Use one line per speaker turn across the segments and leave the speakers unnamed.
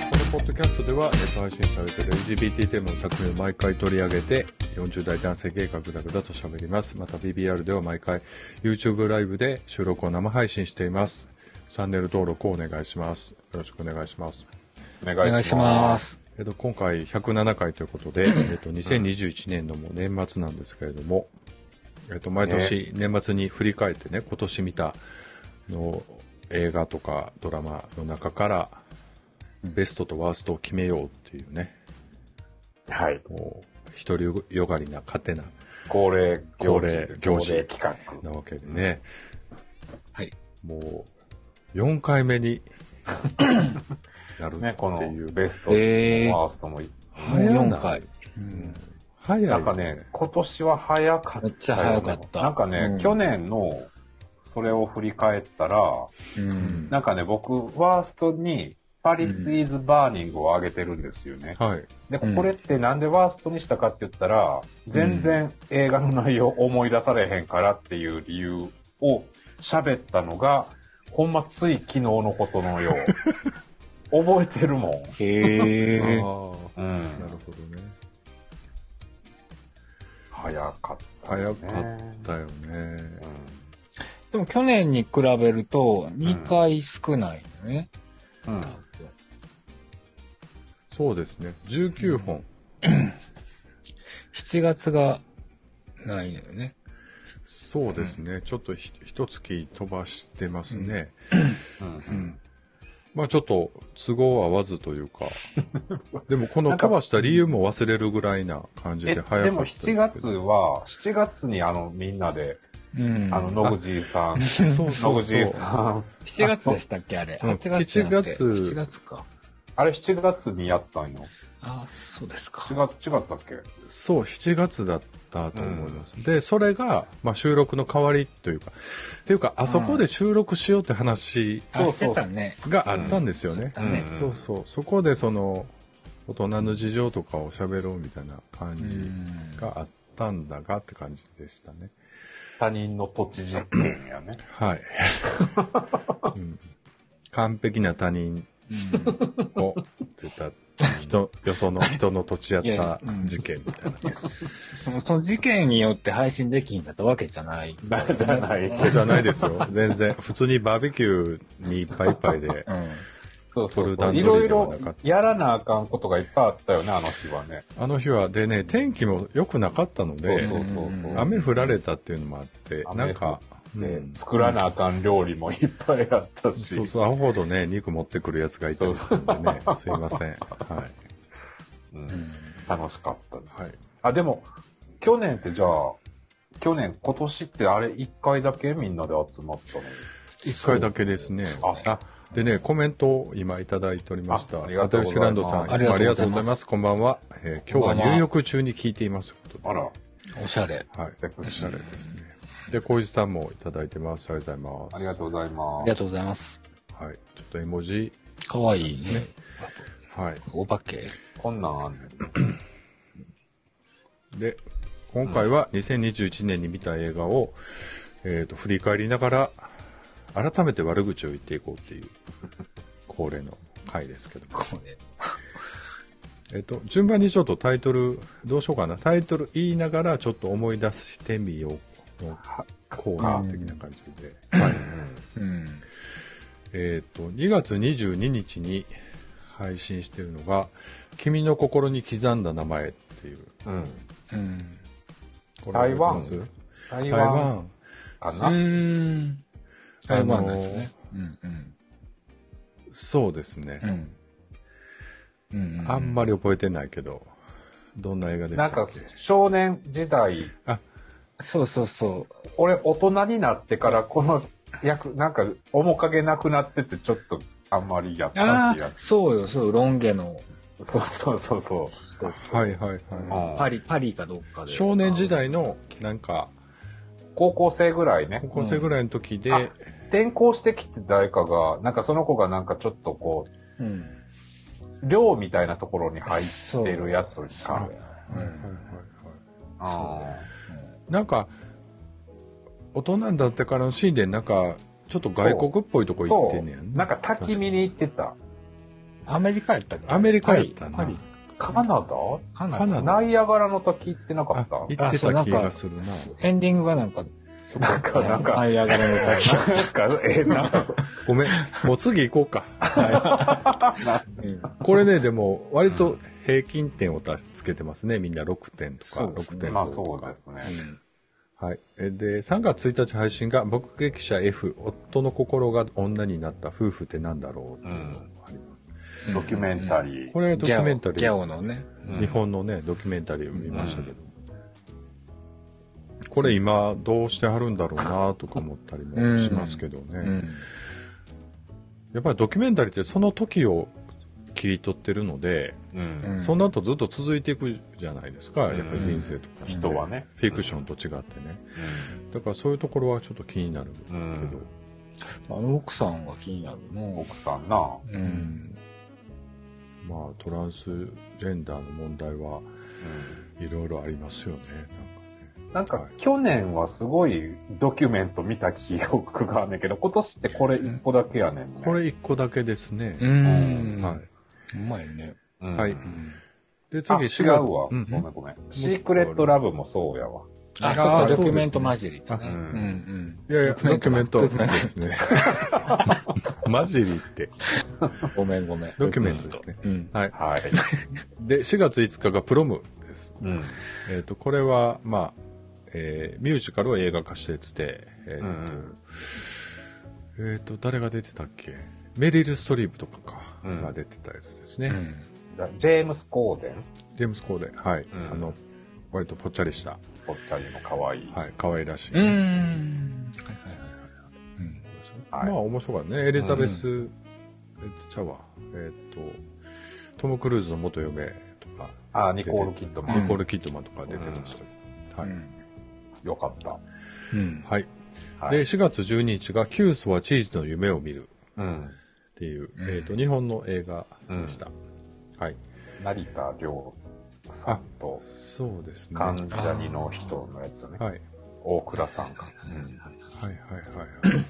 は、ネット配信されている LGBT テーマの作品を毎回取り上げて、40代男性芸がグダグダと喋ります。また BBR では毎回 YouTube ライブで収録を生配信しています。チャンネル登録をお願いします。よろしくお願いします。
お
お
願
願
い
い
し
し
ま。
ますす。
えっと、今回107回ということ で、えっと、2021年のもう年末なんですけれども、えっと、毎年年末に振り返ってね、今年見たの映画とかドラマの中から、ベストとワーストを決めようっていうね、
はい。
もう、一人よがりな勝手な、
恒例
恒
行
例
事、
行
恒
事
例企画。
なわけでね、
はい。
もう、4回目 になる
ね、こ
ってい
の
う。
ベスト、ワ
えー
ーストも、
早いな
4回。うん
早い。
なんかね、今年は早かったよね。
めっちゃ早かった
なんかね、
うん
去年の、それを振り返ったら、
うん。
なんかね、僕、ワーストに、パリス・イズ・バーニングを上げてるんですよね。
はい。
で、
うん
これってなんでワーストにしたかって言ったら、全然映画の内容思い出されへんからっていう理由を喋ったのが、ほんまつい昨日のことのよう。覚えてるも
へ
ああ、
え。
ん。う
な。る
ん
ほどね。
早かった、
早かったよね。
でも去年に比べると2回少ないのね。
うん。うん
多
そうですね。19本。
7月がないのよね。
そうですね。ちょっとひ一月飛ばしてますね。
うん
まあちょっと都合合わずというか。
そう
でもこの
なんか
飛ばした理由も忘れるぐらいな感じ
え
で
で
早かった
も
すけ
7
ど
月は、7月にあのみんなで、
うん。
あの、野口さん、
そう
野
そうそう
口。さん、
7月でしたっけあれ。
うん
8月じゃなくて。
7月
7月か。
あれ7月にやったんよ。
ああ、そうですか
違。違ったっけ
そう、7月だったと思います。で、それが、まあ、収録の代わりというか、っていうか、あそこで収録しようって話
あ
そうそう
してたね。
があったんですよね。
だね
うん
そうそう。そこでその、大人の事情とかを喋ろうみたいな感
う
じ
ん。
があったんだがって感じでしたね。
他人の土地実験や ね。
はい。 うん完璧な他人
うん
を、って言った、人、よその人の土地やっ
いやい
た
やうん
事件みたいな。
そのその事件によって配信できんかったわけじゃない。
じゃない。
じゃないですよ。全然。普通にバーベキューにいっぱいいっぱいで。
うん。
そうそう
ト
そう。
ル
い
ダンド
ろ
リ
い
ではなか
ろ
った
やらなあかんことがいっぱいあったよね、あの日はね。
あの日は、でね、天気も良くなかったので、
そうそうそう。
雨降られたっていうのもあって、
雨
なんか、
で
うん
作らなあかん料理もいっぱいあったし。
そうそう、アホほどね、肉持ってくるやつがいたりしたんでね、すいません。はい。
うん
うん
楽しかったね。
はい。
あ、でも、去年ってじゃあ、去年、今年ってあれ1回だけみんなで集まったの
一回だけですね。
あ
あ、でね、コメントを今いただいておりました。
あありがとうござい
又
ます
吉ランドさん、いつもあ
あ
り
り
が
が
と
と
う
う
ござ
ござ
い
い
ま。
ますす
こんばんは。えー今
こ
日
んばん
は
は
入浴中に聞いています。ということ
あら、
おしゃれ。
ではい。
セク
お
シ
しゃれ
ー。
ですね。で、浩二さんもいただいてます。ありがとうございます。
ありがとうござい
あ
ます
りが。とうございます。
はい。ちょっと絵文字。
かわいいね。
はい。
お化け。
こんなんあんねん。
で、今回は2021年に見た映画を、えっ、と、振り返りながら、改めて悪口を言っていこうっていう、恒例の回ですけども。
これ。
えっ、と、順番にちょっとタイトル、どうしようかな。タイトル言いながら、ちょっと思い出してみようのコーナー的な感じで。はい。
うん。
えっ、と、2月22日に配信しているのが、君の心に刻んだ名前っていう。
うん。
うん。
これ覚えてます
台台
台
湾
湾。
か
う
な
ーん。台湾のやつ
あのー
ね。うんうん。
そうですね。
うん。うんうん。
あんまり覚えてないけど、どんな映画でし
な
た
んか
っけ
少年時代、
そうそうそ
俺大人になってからこの役、なんか面影なくなっててちょっとあんまりやっ
う。
た
あ
気が
あ、そうよ、そう、ロンゲの
そうそうそうそ
人。
はいはいはい。
うん
パリ、パリかどっかで。
少年時代の、なんか、
う。高校生ぐらいね
高。校生ぐらいの時で、
うんあ転校してきて誰かが、なんかその子がなんかちょっとこ
うん。
う、寮みたいなところに入ってるやつ
あ
か。
う
はいはい
ん。
はい
あ
なんか、大人になってからのシーンで、なんか、ちょっと外国っぽいとこ行ってんねや
そう。なんか焚き見に行ってた。
アメリカやったっけ
アメリカやったな
パリ
カ
パ
ナ
リカ
カナ
ダ
ダ
ナイアガラの滝ってなか
あ
った
言ってた気がするな。
エンディングがなんか、
なんか、なんか、
舞い上がられたり
なんか、え、なんかそう、
ごめん。もう次行こうか。はい うんこれね、でも、割と平均点をたつけてますね。みんな6点とか、
そうです
6
ね
点
まあそうですね。
はい。えで、3月1日配信が、目撃者 F、夫の心が女になった夫婦ってなんだろうっていうのがあります。
ドキュメンタリー。
これドキュメンタリ
ギャ
ー、
オのね。
日本のね、ドキュメンタリーを見ましたけど、これ今どうしてはるんだろうなとか思ったりもしますけどね。
うん。
やっぱりドキュメンタリーってその時を切り取ってるので、
うん。
その後ずっと続いていくじゃないですか、
うん
やっぱり人生とか、
人はね。
フィクションと違ってね。だからそういうところはちょっと気になるけど、
うん。
あの奥さんは気になるの。
奥さんな。
うん。
まあトランスジェンダーの問題はいろいろありますよね。
なんか、去年はすごいドキュメント見た記憶があんねんけど、今年ってこれ一個だけやねんね。
これ一個だけですね。
うん。
は
うまいね。
うん、
はい
うん。
い。で、
あ
次、
違
4月
うわ、
う
ごめん
ん、
ごめん。シークレットラブもそうやわ。
あ、
あ
そうか
そうですね
ドキュメント混じりだね。
あ
うんうん。
いやいや、ドキュメント
ド
ド
キ
キ
ュ
ュ
メン
メン
ト
トですね。マジリって。
ごめんごめん。
ドキュメントですね。
うん。
はい。
はい。
で、4月5日がプロムです。
うん。
えっ、と、これは、まあ、えーミュージカルを映画化してて、えっ、
う
と、
ん
えーと誰が出てたっけメリル・ストリープとかか、
うん
が出てたやつですね。
うん。
だジェームス・コーデン、
ジェームス・コーデン。はい。
うん
あの、割とぽっちゃりした、
ぽっちゃりの可愛い。
はい、可愛らしい。
うん。はいはいはいはい。うん。
まあ、面白かったね。エリザベス、えっと、ちゃうわ。えっと、トム・クルーズの元嫁とか、
あ、ニコール・キッドマ
ニ
ン。
コール・キッドマンとか出てましたけど。はい。
よかった。
うん。
はい。
はい
で、4月12日が、キュースはチーズの夢を見る
うん。
っていう、
うん
えっと、日本の映画でした。はい。
成田凌さんと、
そうですね。は
関
い。
ジャニの人のやつね。
はい
大倉さんか。
はいはいはい。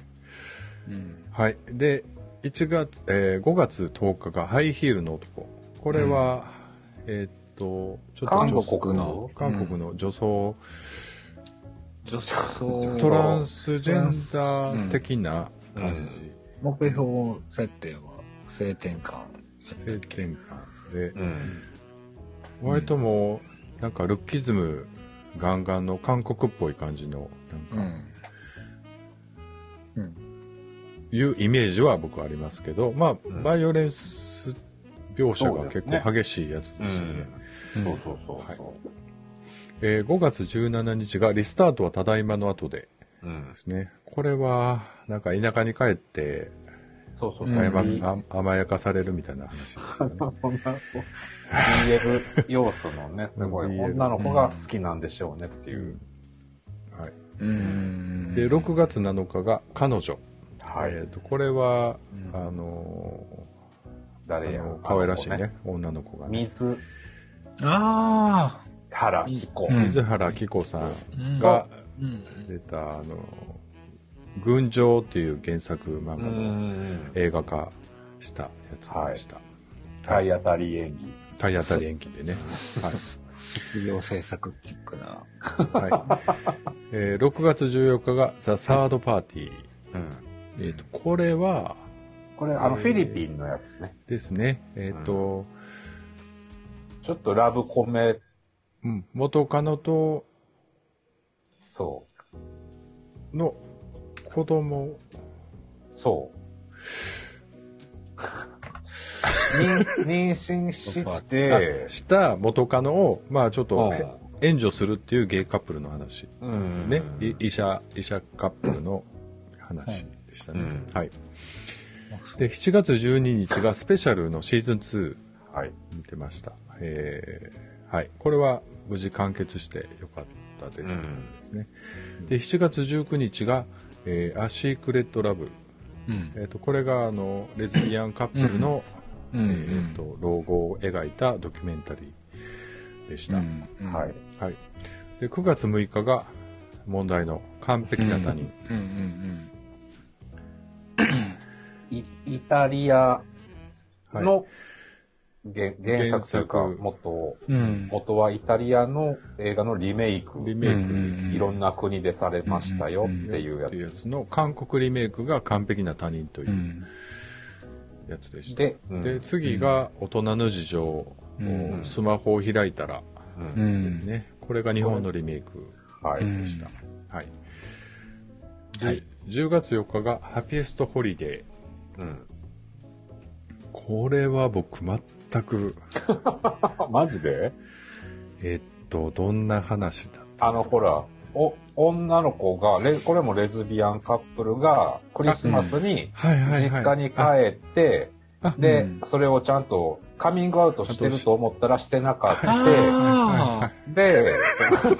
うん。
はい。で、1月、えー5月10日がハイヒールの男。これは、えーっと、ちょっと
韓
女装
国の
韓国の女装、
女装
トランスジェンダー的な感じ、
目標設定は性転換。
性転換で、
うん。
割ともう、なんかルッキズムガンガンの韓国っぽい感じの、なんか、
ん。うん。
いうイメージは僕はありますけど、ま
ん
あ、バイオレンス描写が結
そうです
構
ね
激しいやつでしたね。
うんそうそうそう
はい
そ
えー5月17日がリスタートはただいまの後で
う。うん
で。すね。これは、なんか田舎に帰って、
そうそうそう。
うん
あやま
う
あ甘やかされるみたいな話です
そ
よ
ん
ね。
な、そう BL 要素のね、すごい、
うん
女の子が好きなんでしょうねっていう。
はい、
うん
で、6月7日が彼女。
は
え
い。
ーと、これは、
うん
あのー
誰や
あの可愛らしいね、。女の子がね。
水
あ
原希子。
うん
水原希子さん
あ
が
うん。
出た、あのー群青っていう原作漫画
う
の
ん。
映画化したやつでした。
体当たり演技。
体当たり演技でね。はい。
卒業制作チックな。
はいえー6月14日が「ザ・サード・パーティー
うん。」
えーとこれは
これ、あの、フィリピンのやつね。
ですね、えーと
ちょっとラブコメ、
うん、元カノと
そ
の子供
う。そう。妊妊娠して、
した元カノを、まあ、ちょっと
うん
援助するっていうゲイカップルの話、
うん
ねい医者医者カップルの話でしたね、
うん
はい、で7月12日が「スペシャル」のシーズン2
はい。
見てました、えーはい、これは無事完結してよかったですって感じですね、で7月19日が「えー、アシークレット・ラブ」
うん
え。ー、とこれがあのレズビアンカップルの、
うん
え
うん
ー、と老後を描いたドキュメンタリーでした、
うん
はい。。
はい、で9月6日が問題の「完璧な他人
うんうん
イイタリアの原原作というか
原作
元、
うん。
元はイタリアの映画のリメイク。
リメイク
うんうん
です
うん。
いろんな国でされましたよっていうや
っていうや
つ。
つの韓国リメイクが「完璧な他人」といううんやつでした、
で、うん
で次が「大人の事情」を
うん
スマホを開いたら
う
うんん。
ですね、これが日本のリメイク
は
う
い。
ん
でした、はいで、
はい
10月4日が「ハピエストホリデー
うん」
これは僕全く
あマジで
えっとどんな話だった
あの、ほら、お、女の子がレ、これもレズビアンカップルが、クリスマスに
はいはいはい
実家に帰って、
あ
で、
うん
それをちゃんとカミングアウトしてると思ったらしてなかっ
あ
た。で、 そのこ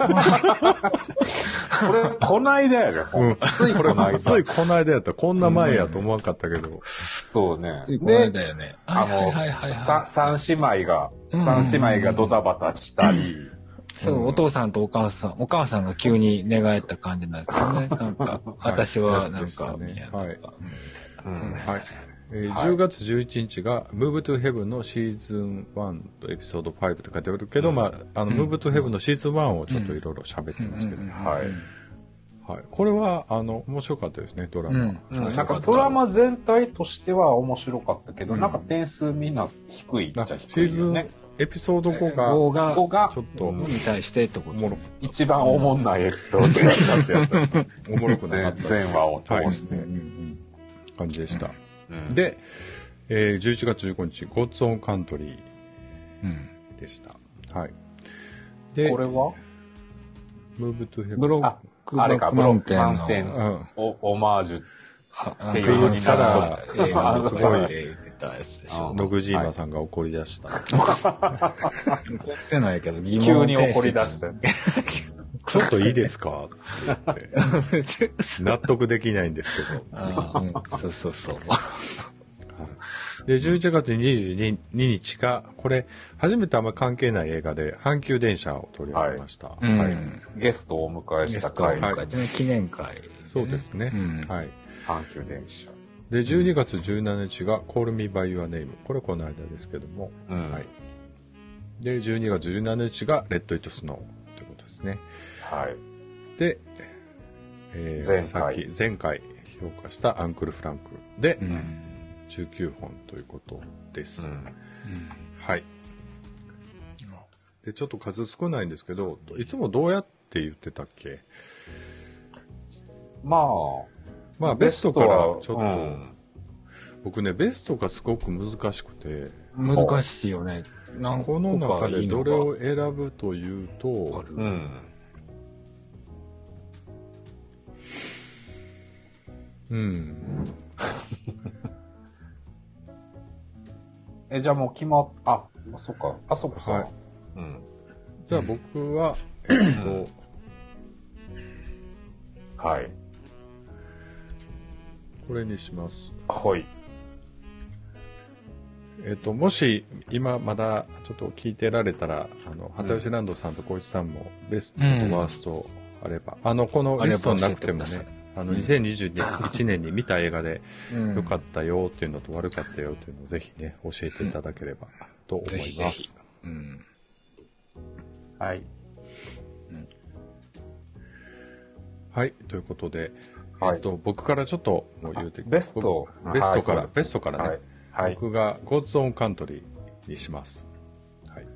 れ、こないだやね。
うん、
ついこの 間。
ついこの間やったらこんな前やと思わんかったけど、
そうね
あ。ついこの
で、
間よね。
あ
はい
の
はいはいはい。
さ三姉妹が、
うん
三姉妹がドタバタしたり、
そう、お父さんとお母さん、お母さんが急に寝返った感じなんで すよね。なんか、私はなんか、
はい
みたいな
はい
うん
はいえー
はい
10月11日が「ムーブ・トゥ・ヘブン」のシーズン1とエピソード5って書いてあるけど、
うん
まあ、あの
うん
ムーブ・トゥ・ヘブンのシーズン1をちょっといろいろ喋ってますけど、
はい
はい、これはあの面白かったですねドラマ、
うん
うん
はい
なんかドラマ全体としては面白かったけど、なんか点数みんな低いっちゃ
あシ
低
ー
い
ズ
よ
ン
ね。
エピソード5が
5
ここ
が、
が
ちょっとお
うん
も
に対してってこと。
ろ
一番おもんないエピソードだったってやつですね
おもろくなかった
全話を通して。
はいうんうんうん感じでした、
うん、
で、えー11月15日「ゴッツ・オン・カントリ
うん
ー」でしたはいで
これは
「ムーブ・トゥ・ヘブ
ブ
ン」
ロッ
あ、
ク
あ
バ
れ
ッ
か、
ク
ブ
マ
ロ
ウ
ッ
ン
ク
テン
マ
の。
ウンテン
うん
をオマージュ。
っ
っててい
い
うう
よ
よう
うに
に
な
な
る
る
映画の
す
声
ごい
で出たやつでし
う
ょ
ん。
ノグジーマさんが怒り出した、
怒ってないけど、疑
急
問
に怒り出して。
ちょっといいですかって言って
て。
納得できないんですけど。
ああそうそうそう。
で、11月22日が、これ、初めてあんま関係ない映画で、阪急電車を取り上げました。
うん
はい
ゲストをお迎えした
はい
回、
ゲスト
記念会。
そうですね、
うん
はい。
阪急電車。
で、12月17日が、Call Me By Your Name。これこの間ですけども。
うん。
はいで、12月17日が、Let It Snow ということですね。
はい。
で、えー
前回
さっき前回評価したアンクル・フランクで、
うん。
19本ということです。
うん
はい。で、ちょっと数少ないんですけど、いつもどうやって言ってたっけ
ま
ま
あ、
あ、ベストからちょっと、
うん
僕ね、ベストがすごく難しくて、
難しいよね。なん
この中でどれ
か
を選ぶという
いいのがあ
と、
る
うん。
うん。
え、じゃあもう決まっ、あ、そっか、あそこさん。
はい
うん。
じゃあ僕は、えっと、
はい。
これにします。
はい。
えっと、もし、今まだちょっと聞いてられたら、あの、畑吉ランドさんと小石さんも、ベストとワーストあれば、あの、このリストなくても
あれば教えて
ね
く、
あ
う
の、
ん
2021年に見た映画で、
うん
良かったよっていうのと悪かったよっていうのをぜひね、教えていただければと思います。
ぜひぜひうん。
はい。
はい、ということで、
はい
えっと、僕からちょっともう言うて
あベスト
僕ベストから、
はいそうです
ベストからね、
はい。はい。
僕がゴッツオンカントリーにします。はい。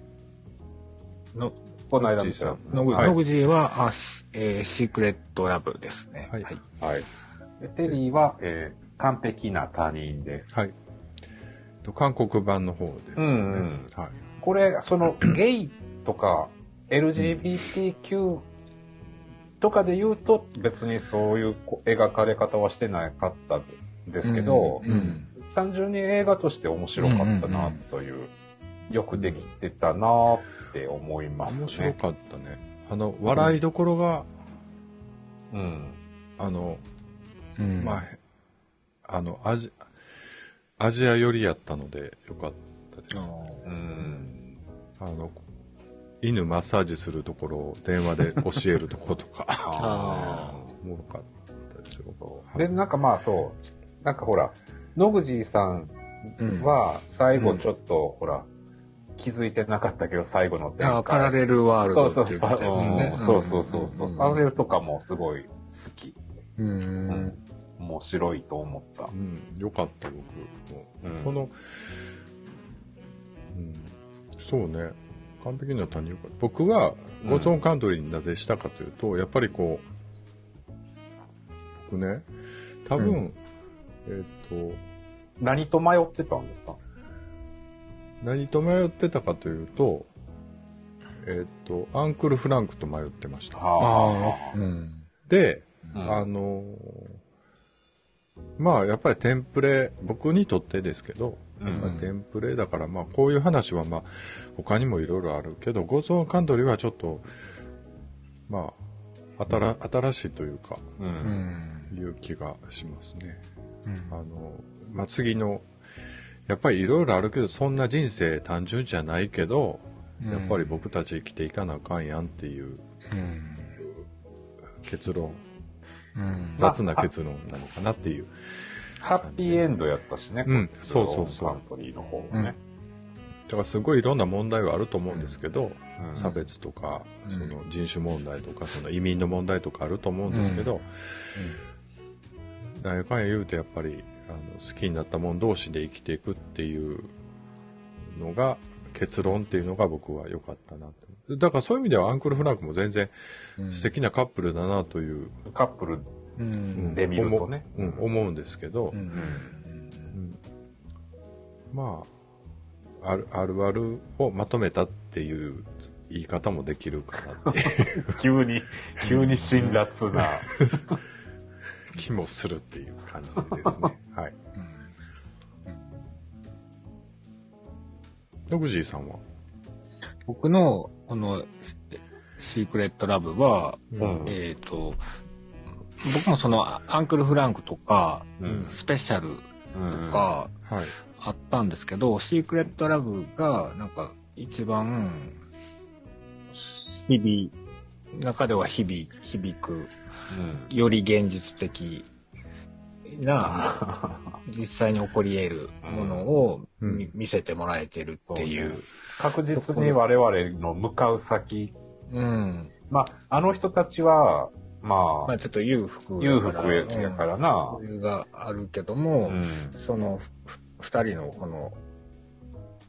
の、
この間見たやつね。
のぐ、
は
の
い。
ぐじは、あ、しえーシークレットラブですね。
はい
はい。で、テリーは、えー、完璧な他人です。
はい。と韓国版の方ですよね。
うんうん
はい。
これ、その、ゲイとか、LGBTQ とかで言うと、別にそういうこ描かれ方はしてなかったですけど、
うんうん
単純に映画として面白かったなという、よくできてたなって思います
面白
ね。
かったね。あの、笑いどころが、
うん。
あの、
うん
まあ、あの、アジ、アジア寄りやったので良かったです。
うん。
あの、犬マッサージするところを電話で教えるところとか、
あ
おもろかったです
ー
よ。
そう。で、なんかまあそう、なんかほら、野口さん
うん
は最後ちょっと、ほら、気づいてなかったけど、最後の展
あ
開。
あ、パラレルワール
そ
ド
うそ、
っていううみたいですね
うん。そうそうそうそう。
ん
パラレルとかもすごい好き。
う。
うんん。面白いと思った
う。ん、よかった、僕も。
うん
この、うん、そうね、完璧には他人よかった僕は、
うん
ゴーツオンカントリーになぜしたかというと、やっぱりこう、僕ね、多分、
う
えっと、
何と迷ってたんですか
何と迷ってたかというと、えっと、アンクル・フランクと迷ってました。
は
うん。
で、
あうん
あのーまあやっぱりテンプレ僕にとってですけど、
うん
まあテンプレだからまあこういう話はまあ他にもいろいろあるけどゴーゾンカントリーはちょっとまあ新,、新しいというか
う。
うんん。
いう気がしますね。
うん
あのまあ、次のやっぱりいろいろあるけどそんな人生単純じゃないけどやっぱり僕たち生きていかなあかんやんっていう
うん。
結論
うん。
雑な結論なのかなっていう。
ハッピーエンドやったしね。
うん
こっちの
そうそうそう
カントリーの方もね。
だからすごいいろんな問題はあると思うんですけど、
うん
差別とか、
うん
その人種問題とかその移民の問題とかあると思うんですけど、何かんや言うとやっぱりあの好きになった者同士で生きていくっていうのが結論っていうのが僕は良かったなとだからそういう意味ではアンクル・フランクも全然
うん
素敵なカップルだなという、
カップル
う
うん
ん。
で見るとね
思ううん思うんですけど、
うん
うんまああるあるあるをまとめたっていう言い方もできるかなって
急に、 急に辛辣な。
気もするっていう感じです ね。はい。ドクジーさんは
僕の、この、シシークレットラブは、
うん
えっと、僕もその、アアンクル・フランクとか、
うん
スペシャル
うん
とか、
はい。
あったんですけど、シークレットラブが、なんか、一番、日々、中では日々、響く、
うん
より現実的な、 実際に起こり得るものを
うん
み
うん
見せてもらえてるっていう。
確実に我々の向かう先。
うん。
まあ、あの人たちは、ま
まあ
あ、
ちょっと裕福
裕
だ
福やか
から
な
ら。うん、余裕があるけども、
うん
その、ふふ二人のこの、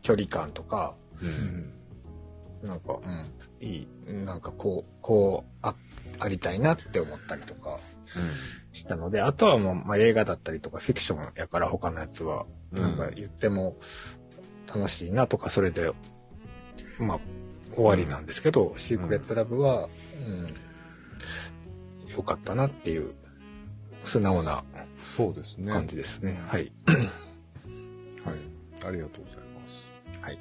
距離感とか、なんか、うん、いい、なんかこう、こう、あ、ありたいなって思ったりとかしたので、あとはもう、まあ、映画だったりとかフィクションやから他のやつは、
うん
なんか言っても楽しいなとか、それで、まあ、終わりなんですけど、シークレットラブは、うん、良かったなっていう、素直な
そうですね。はい
感。じですね。はい。
ありがとうございます。
はい。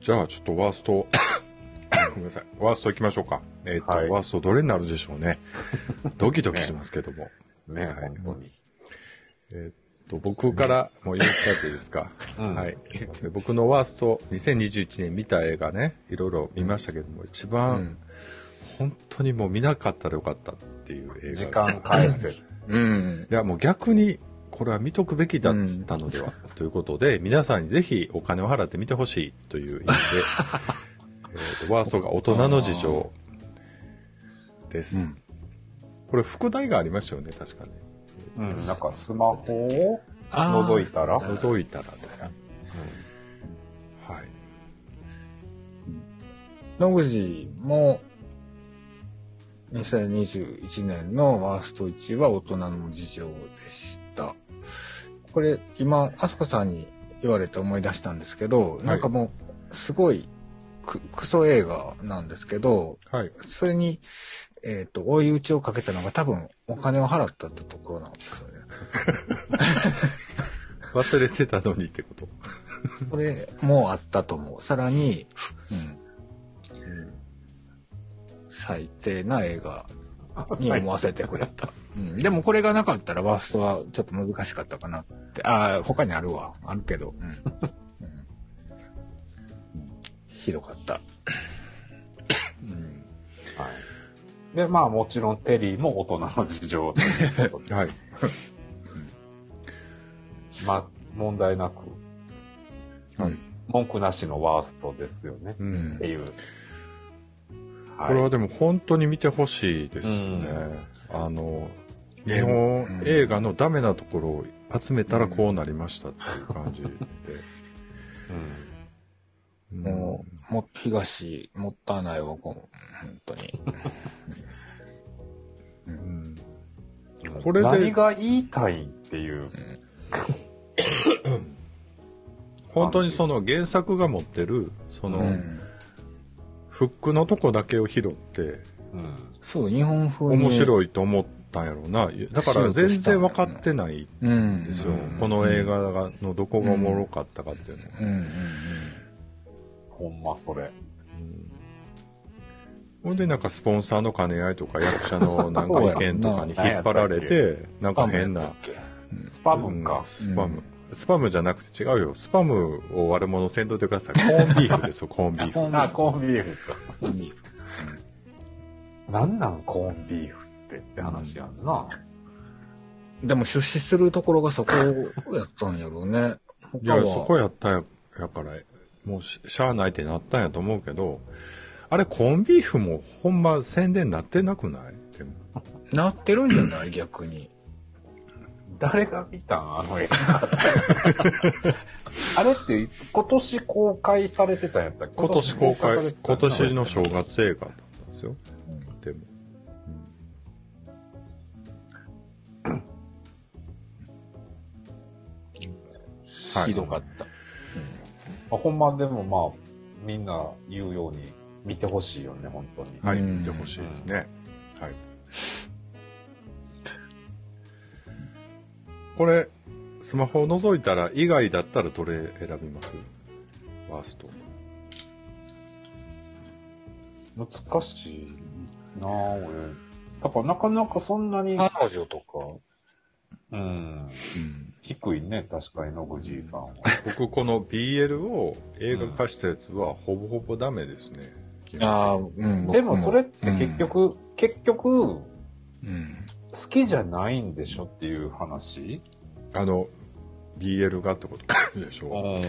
じゃあ、ちょっとワースト、 ごめんなさい。ワースト行きましょうか。えっ、と、
はい
ワーストどれになるでしょうね。ドキドキしますけども。
うん。ね、
はい
本当に。
えっと、僕からもう言っちゃっていいですか。
うん
はい。僕のワースト、2021年見た映画ね、いろいろ見ましたけども、一
う
番、
ん。
本当にもう見なかったらよかったっていう映画。
時間返せ。
うん。
いや、もう逆に、これは見とくべきだったのでは、ということで、皆さんにぜひお金を払って見てほしいという意味で、えーとワーストが大人の事情です。
うん
これ、副題がありましたよね、確かね。
うん、なんかスマホを
あー
覗いたら、
覗いたらですね。はい。
野口も、2021年のワースト1は大人の事情でした。これ、今、あすこさんに言われて思い出したんですけど、
い
なんかもう、すごいく、クソ映画なんですけど、
はい。
それに、えっ、と、追い打ちをかけたのが多分、お金を払ったってところなんですよね。
忘れてたのにってこと。
これ、もうあったと思う。さらに、うん、最低な映画に思わせてくれた。うん、でもこれがなかったらワーストはちょっと難しかったかなって。ああ、他にあるわ。あるけど。うん。うんひどかった。
うん
はい。で、まあもちろんテリーも大人の事 情ということで
はい。
まあ問題なく。
はい
文句なしのワーストですよね。
うん
っていう。
これ
は
はでも本当に見てほしいですよね。あの、日本映画のダメなところを集めたらこうなりましたっていう感じで。うん
もう、も、東、もったいないわ、こう本当に。
うん
いうん
これで
何が言いたいっていう。
本当にその原作が持ってる、その、
うん
フックのとこだけを拾って、
うん。
そう、日本風に。
面白いと思ったんやろうな。だから全然分かってない
い。うん。
んですよ。
うん
この映画がのどこがおもろかったかっていうのは。
うん。うんうん。
ほんまそれ。
ほんで、なんかスポンサーの兼ね合いとか役者のなんか意見とかに引っ張られて、なんか変な。
スパムか。
スパム。スパムじゃなくて違うよ。スパムを悪者先導でください。コーンビーフです よ、コーンビーフ。
あ、コーンビーフか。なんなんコーンビーフってって話やんな。
でも出資するところがそこやったんやろうね。
い
他
や、
は
そこやったややから、もうししゃあないってなったんやと思うけど、あれ、コーンビーフもほんま宣伝なってなくないでも
なってるんじゃない逆に。
誰が見たんあの映画。 あれっていつ、今年公開されてたんやったっけ
今年公
され
開
て、た
今
んや
年の正月映画だったんですよ。でも。はい
ひどかった。
まあ、ほんまでもまあ、みんな言うように見てほしいよね、本当に。
はい、
うん
見てほしいですね。はい。これ、スマホを覗いたら、以外だったらどれ選びますワースト。
難しいなあ俺。だからなかなかそんなに、
彼女とか。
うん、低いね、確かに、野口さんは。
僕、この BL を映画化したやつは、ほぼほぼダメですね。
ああ、うん。
でもそれって
うん
結局、結局、好
うん。
きじゃないんでしょっていう話
あの、BL がって ことでしょ
ん。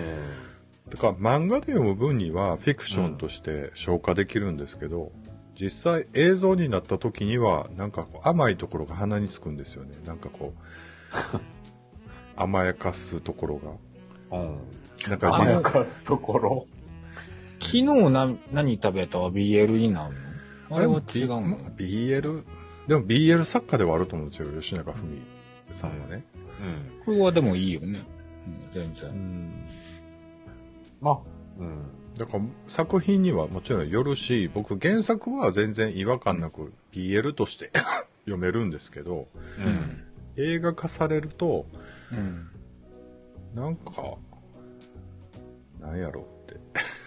だから漫画で読む分にはフィクションとして消化できるんですけど、実際映像になった時にはなんかこう甘いところが鼻につくんですよねなんかこ う甘やかすところ
うん。
がなんか
甘や
実
かすところ。
昨日な、何食べたは BL になるのあれは違うの
BL でも BL 作家ではあると思うんですよ吉永文さんはね、
うん。
これはでもいいよね。うん、全然。
まあ、うん。
だから作品にはもちろんよるし僕原作は全然違和感なく BL として 読めるんですけど
うん。
映画化されると
うん。
なんか、なんやろって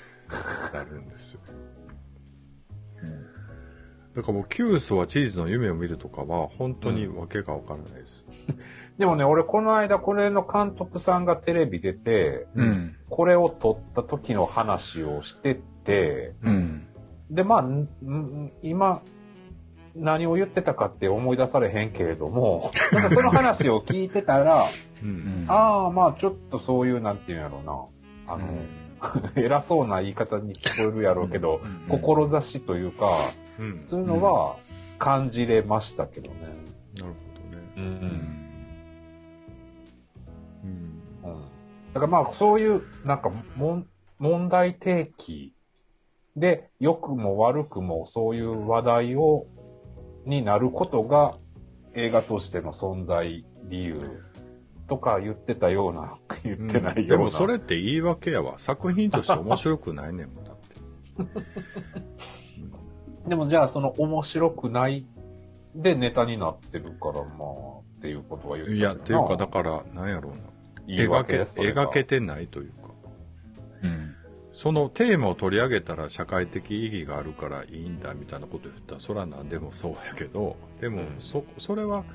なるんですよ。だからもう、キュースはチーズの夢を見るとかは、本当にわけがわからないです。
でもね、俺この間これの監督さんがテレビ出て、
うん。
これを撮った時の話をしてて、
うん。
で、まあ、んん今、何を言ってたかって思い出されへんけれど も、なんかその話を聞いてたら、
うん。
うん
ああ、まあちょっとそういう、なんていうんやろうな、あの、 偉そうな言い方に聞こえるやろうけど、志というか、
うんなる
そういうのは感じれましたけどね。
ほどね。
う
うんん。
うん。
だからまあそういうなんかもん問題提起で良くも悪くもそういう話題をになることが映画としての存在理由とか言ってたような言ってないよう
で
な、
もそれって言い訳やわ。作品として面白くないねんもん、だって。
でもじゃあその面白くないでネタになってるからまあっていうことは言って
い
るよ
や、
な
っていうか、だから、なんやろうな。
言い
描
訳
け、
ですそれが
描けてないというか。
うん。
そのテーマを取り上げたら社会的意義があるからいいんだみたいなこと言ったらそら何でもそうやけどでも
うん
そ,、それはなんや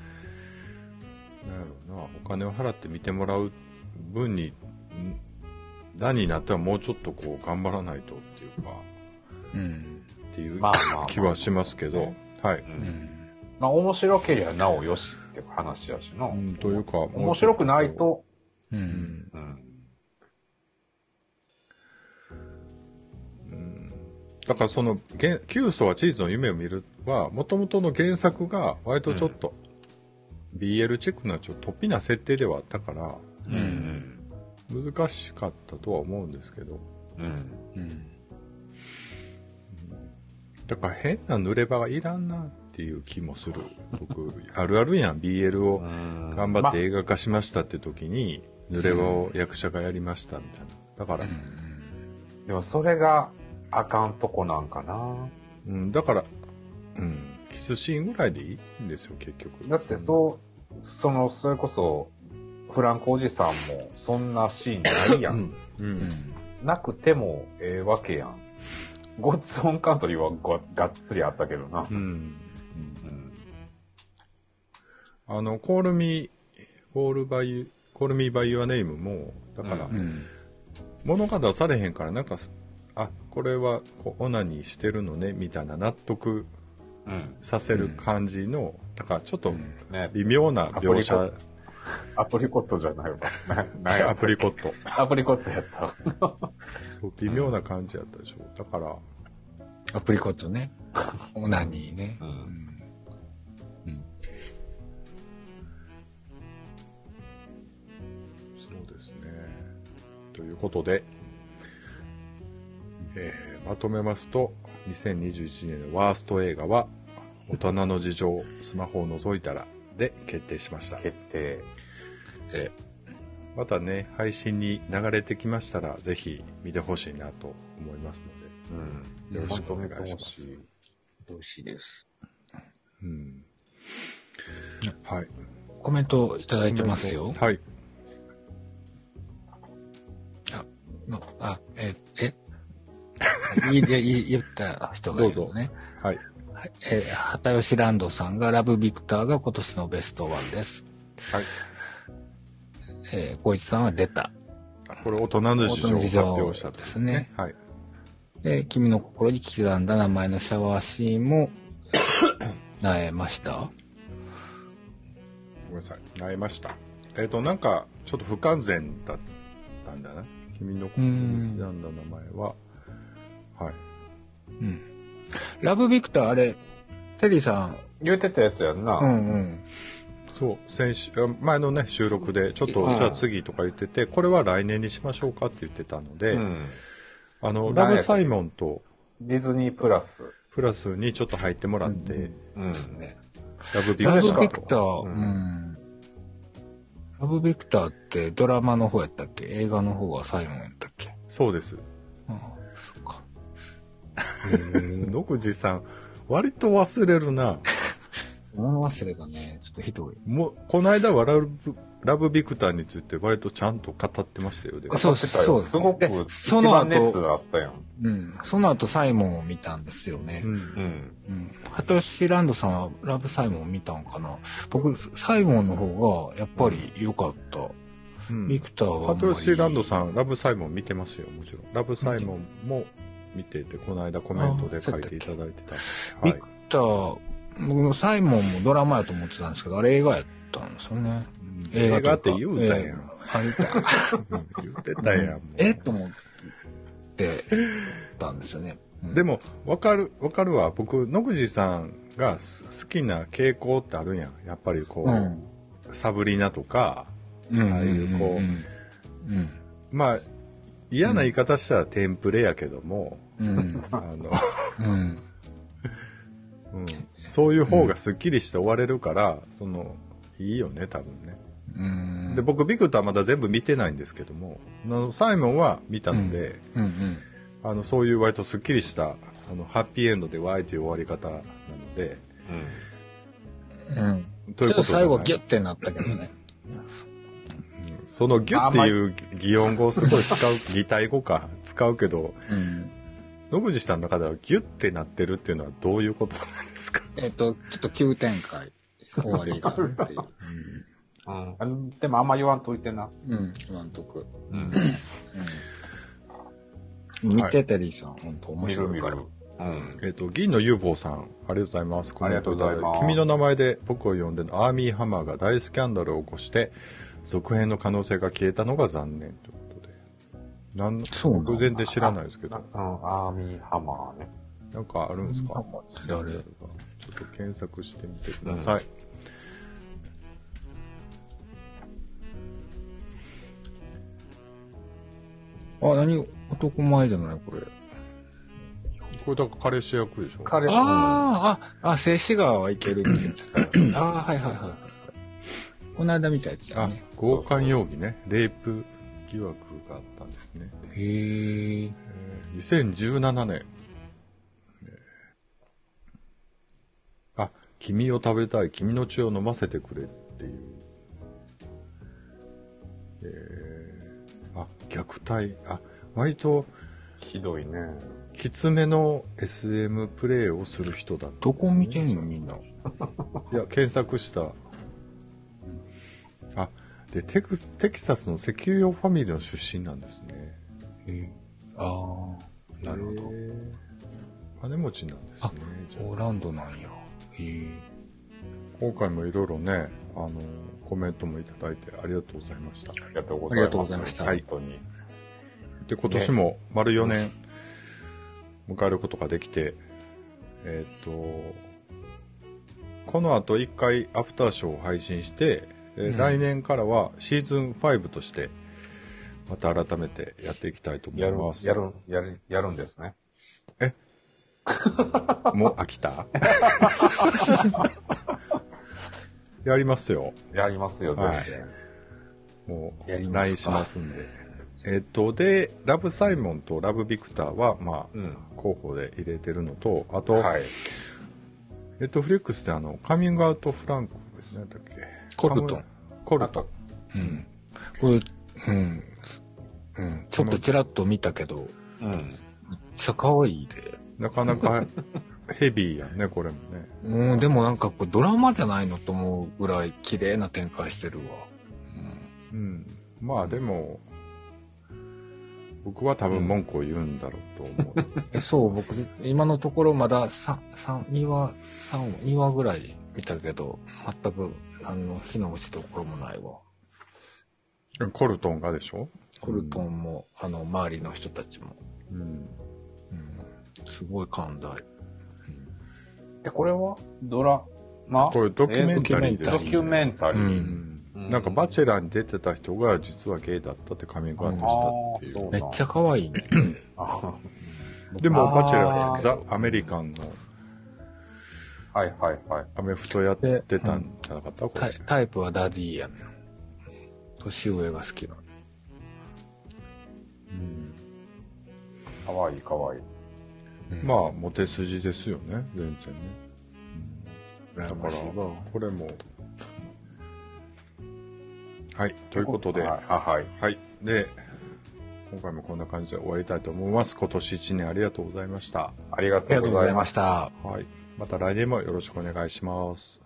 ろうなお金を払って見てもらう分にん何になってはもうちょっとこう頑張らないとっていうか
うん。
っていう
まあまあまあ
気はしますけど、はいう
うんん。
まあ面白けりゃなおよしって話やしな、
うんというかもうちょっ
面白くないと
う。
うんん
うん
だからその「原九層はチーズの夢を見る」はもともとの原作が割とちょっと、BL チェックなちょっと突飛な設定ではあったから
うん。
難しかったとは思うんですけど
うん。
うん。
だから変な濡れ場がいらんなっていう気もする 僕あるあるやん BL を頑張って映画化しましたって時に、濡れ場を役者がやりましたみたいなだから、
でもそれがあかんとこなんかな。
うん、だから、うん、キスシーンぐらいでいいんですよ、結局。
だってそう、その、それこそ、フランクおじさんもそんなシーンないや。
うん ん。うん。
なくてもええわけやん。ゴッツオンカントリーはごがっつりあったけどな
う。ん
うん。
あの、コールミー、コールバイ、コールミーバイユアネームも、だから、
うん
うん。
物が出されへんから、なんか、あ、これはこうオナニーしてるのね、みたいな納得
うん。
させる感じの、だからちょっと
ね、
微妙な描写、
アアプリコットじゃないわ。ななんや
アプリコット。
アプリコットやったわ。
そう、微妙な感じやったでしょ。だから、
アプリコッ トね。オナニーね
う。。
うんん。
そうですね。ということで、えーまとめますと、2021年のワースト映画は、大人の事情、スマホを覗いたら、で決定しました。
決定。
で、
またね、配信に流れてきましたら、ぜひ見てほしいなと思いますので、
うん。
よろしくお願いします
本当見てほしい
美味しいです。
うん。はい。
コメントいただいてますよ。
はい。
のあ、え、え いいで、いい、言った人がいるのね。
はい。
はいえー、畑吉ランドさんが、ラブビクターが今年のベストワンです。
はい。
えー、光一さんは出た。
これ、大人の事情を発表したと
大人の事情ですね。
はい。
で、君の心に刻んだ名前のシャワーシー ンも、なえました。
ごめんなさい。萎えました。えっ、と、なんか、ちょっと不完全だったんだな。君の心に刻んだ名前は、はい。
うん。ラブビクター、あれ、テリーさ
言うてたやつやんな。
ん、うんうん。
そう、先週、あ前のね、収録で、ちょっと、
うん
じゃあ次とか言ってて、これは来年にしましょうかって言ってたので、
うん
あの、
来
ラブサイモンと、
ディズニープラス。
プラスにちょっと入ってもらって、
うん。
ね
ラブビ
そ
ラ
れ
ク
し
タ
ブ
か
ビ
ー
クター、
う
うんん。ラブビクターってドラマの方やったっけ映画の方はサイモンやったっけ
そうです。
うん。そっか。
野口さん、割と忘れるな。
物忘れがね、ちょっとひどい。
もう、この間はラブ、ラブビクターについて割とちゃんと語ってましたよ、でも
そう
語ってたよ
そう
すごく、
で
一
その
番
後
熱あったやん。
うん。その後サイモンを見たんですよね
う。ん
うん。
うん。ハトシランドさんはラブサイモンを見たんかな僕、サイモンの方がやっぱり良かった。
うん
ビクターはあんま
ハ
り。
トヨシーランドさん、ラブサイモン見てますよ、もちろん。ラブサイモンも見てて、この間コメントで書いていただいてた。
ビ
はい
ク。ター、僕もサイモンもドラマやと思ってたんですけど、あれ映画やったんですよね。
映画って
という
言
か
うたやん。
えーあれ言った
うん言ってたやん。もう
えっと思ってたんですよね。うん
で、も、わかる、わかるわ。僕、野口さんがす好きな傾向ってあるやん。やっぱりこ
う
う、
ん。
サブリナとか、
うん。
ああいうこう
うん。うん。
まあ、嫌な言い方したらテンプレやけども、
うん。
あの、
うん。
うんそういう方がスッキリして終われるから、その、いいよね、多分ね。
うん。
で僕ビクターまだ全部見てないんですけどもあのサイモンは見たので、
うんうん。
あのそういう割とすっきりしたあのハッピーエンドでわーいという終わり方なので
うん。
という
ちょ
こと
っ
とじゃ
最後
な
ギュ
い
ッてなったけどね。
そのギュっていう擬音語をすごい使う 擬態語か使うけど
うん。
野口さんの中ではギュってなってるっていうのはどういうことなんですか、
えっと、ちょっと急展開、終わりがあるっていう。
うんあの。でもあんま言わんといてな。
うん、今んとく。
うん。
うん。見ててりーさん、本当面
見る
白
見
い
る
から。。
うん。
えっと銀の UFO さんありがとうございます
ありがとうございます
コメントだ君の名前で僕を呼んでのアーミーハマーが大スキャンダルを起こして続編の可能性が消えたのが残念ということでなん
そうなの
僕全然知らないですけど
な。うん、アーミーハマーね。
なんかあるんですか
んなもん
好きなやつがちょっと検索してみてください。
あ、何男前じゃないこれ。
これだから彼氏役でしょ
彼
あーあ、あ、静止画はいけるって言ってた。
ああ、はいはいはい。
この間見たやつだ
あ
ね。、
強姦容疑ね。レイプ疑惑があったんですね。
へえ。
えー2017年。えーあ、君を食べたい、君の血を飲ませてくれっていう。えーあ、虐待。あ、割と、
ひどいね。
きつめの SM プレイをする人だったんです
ど
ね、
こ見てんのみんな。
いや、検索した。あ、で、テクス、テキサスの石油用ファミリーの出身なんですね。
ああ、なるほ
へー。金持ちなんですね。じゃ
ど。オ
あ
ーランドなんや。へえ。
今回もいろいろね、あの、コメントもいただいてありがとうございました。
ありがとうござ
あ
います。
りがとうございました
本当に。
で、今年も丸4年迎えることができて、えーっ、と、この後1回アフターショーを配信して、えー
うん
来年からはシーズン5として、また改めてやっていきたいと思
や
い
る
ます。、
やる、やる、やるんですね。
もう飽きた やりますよ。
やりますよ、全然。
もう、
やり
LINE
ますか
しますんで。えっと、で、ラブサイモンとラブビクターは、まあ、
うん。
候補で入れてるのと、あと、
はい。
ネットフリックスであの、カミングアウトフランク、なんだっけ。
コルトン。
コルトン。
うん。これ、うん。うん。ちょっとちらっと見たけど、めっ
うん。
ちゃ可愛いで。
なかなかヘビーやんね、これもね。
うん、でもなんかこうドラマじゃないのと思うぐらい綺麗な展開してるわ。
うん。まあでも、僕は多分文句を言うんだろうと思う。
うん、えそう、僕、今のところまださ三2話、三話、2話ぐらい見たけど、全く何の火の打ちどころもないわ。
コルトンがでしょ
コルトンも、あの、周りの人たちも。
うん。
うん。すごい寛大。
で、これはドラマ
これドキュメンタリー
え
で
ー
す、
ド
ね。
キュメンタリ
う
う
ー。
ん
うん
なんかバチェラーに出てた人が実はゲイだったってカミングアウトしたっていう。
めっちゃ可愛いね。
あ
でも
あー
バチェラー、ザ・アメリカンの
はいはいはい。
アメフトやってたんじゃなかった、こ
タ
れ
イタイプはダディやねん。年上が好きなの。
うん
かわいいかわいい。
うん
まあ、モテ筋ですよね、全然ね。だ
羨
から、
ましいわ
これも。はい、ということで、
はい
は
あはい。
い。で、今回もこんな感じで終わりたいと思います。今年1年ありがとうございました。
ありが
あり
と
が
う
とう
ご
ご
ざ
ざ
い
い
ま。
ますした。
はい。また来年もよろしくお願いします。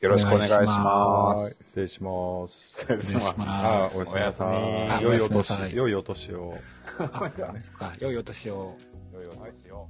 よろしくお願いし
は
ま
い。
す。
失礼します。
失礼します。
あ
あ
ーおやすみな
おや
さ
す
い。
み
良い
お
お
やすみなさい
年、良いお年を。
あ、そっか良いお年を。
良いお年を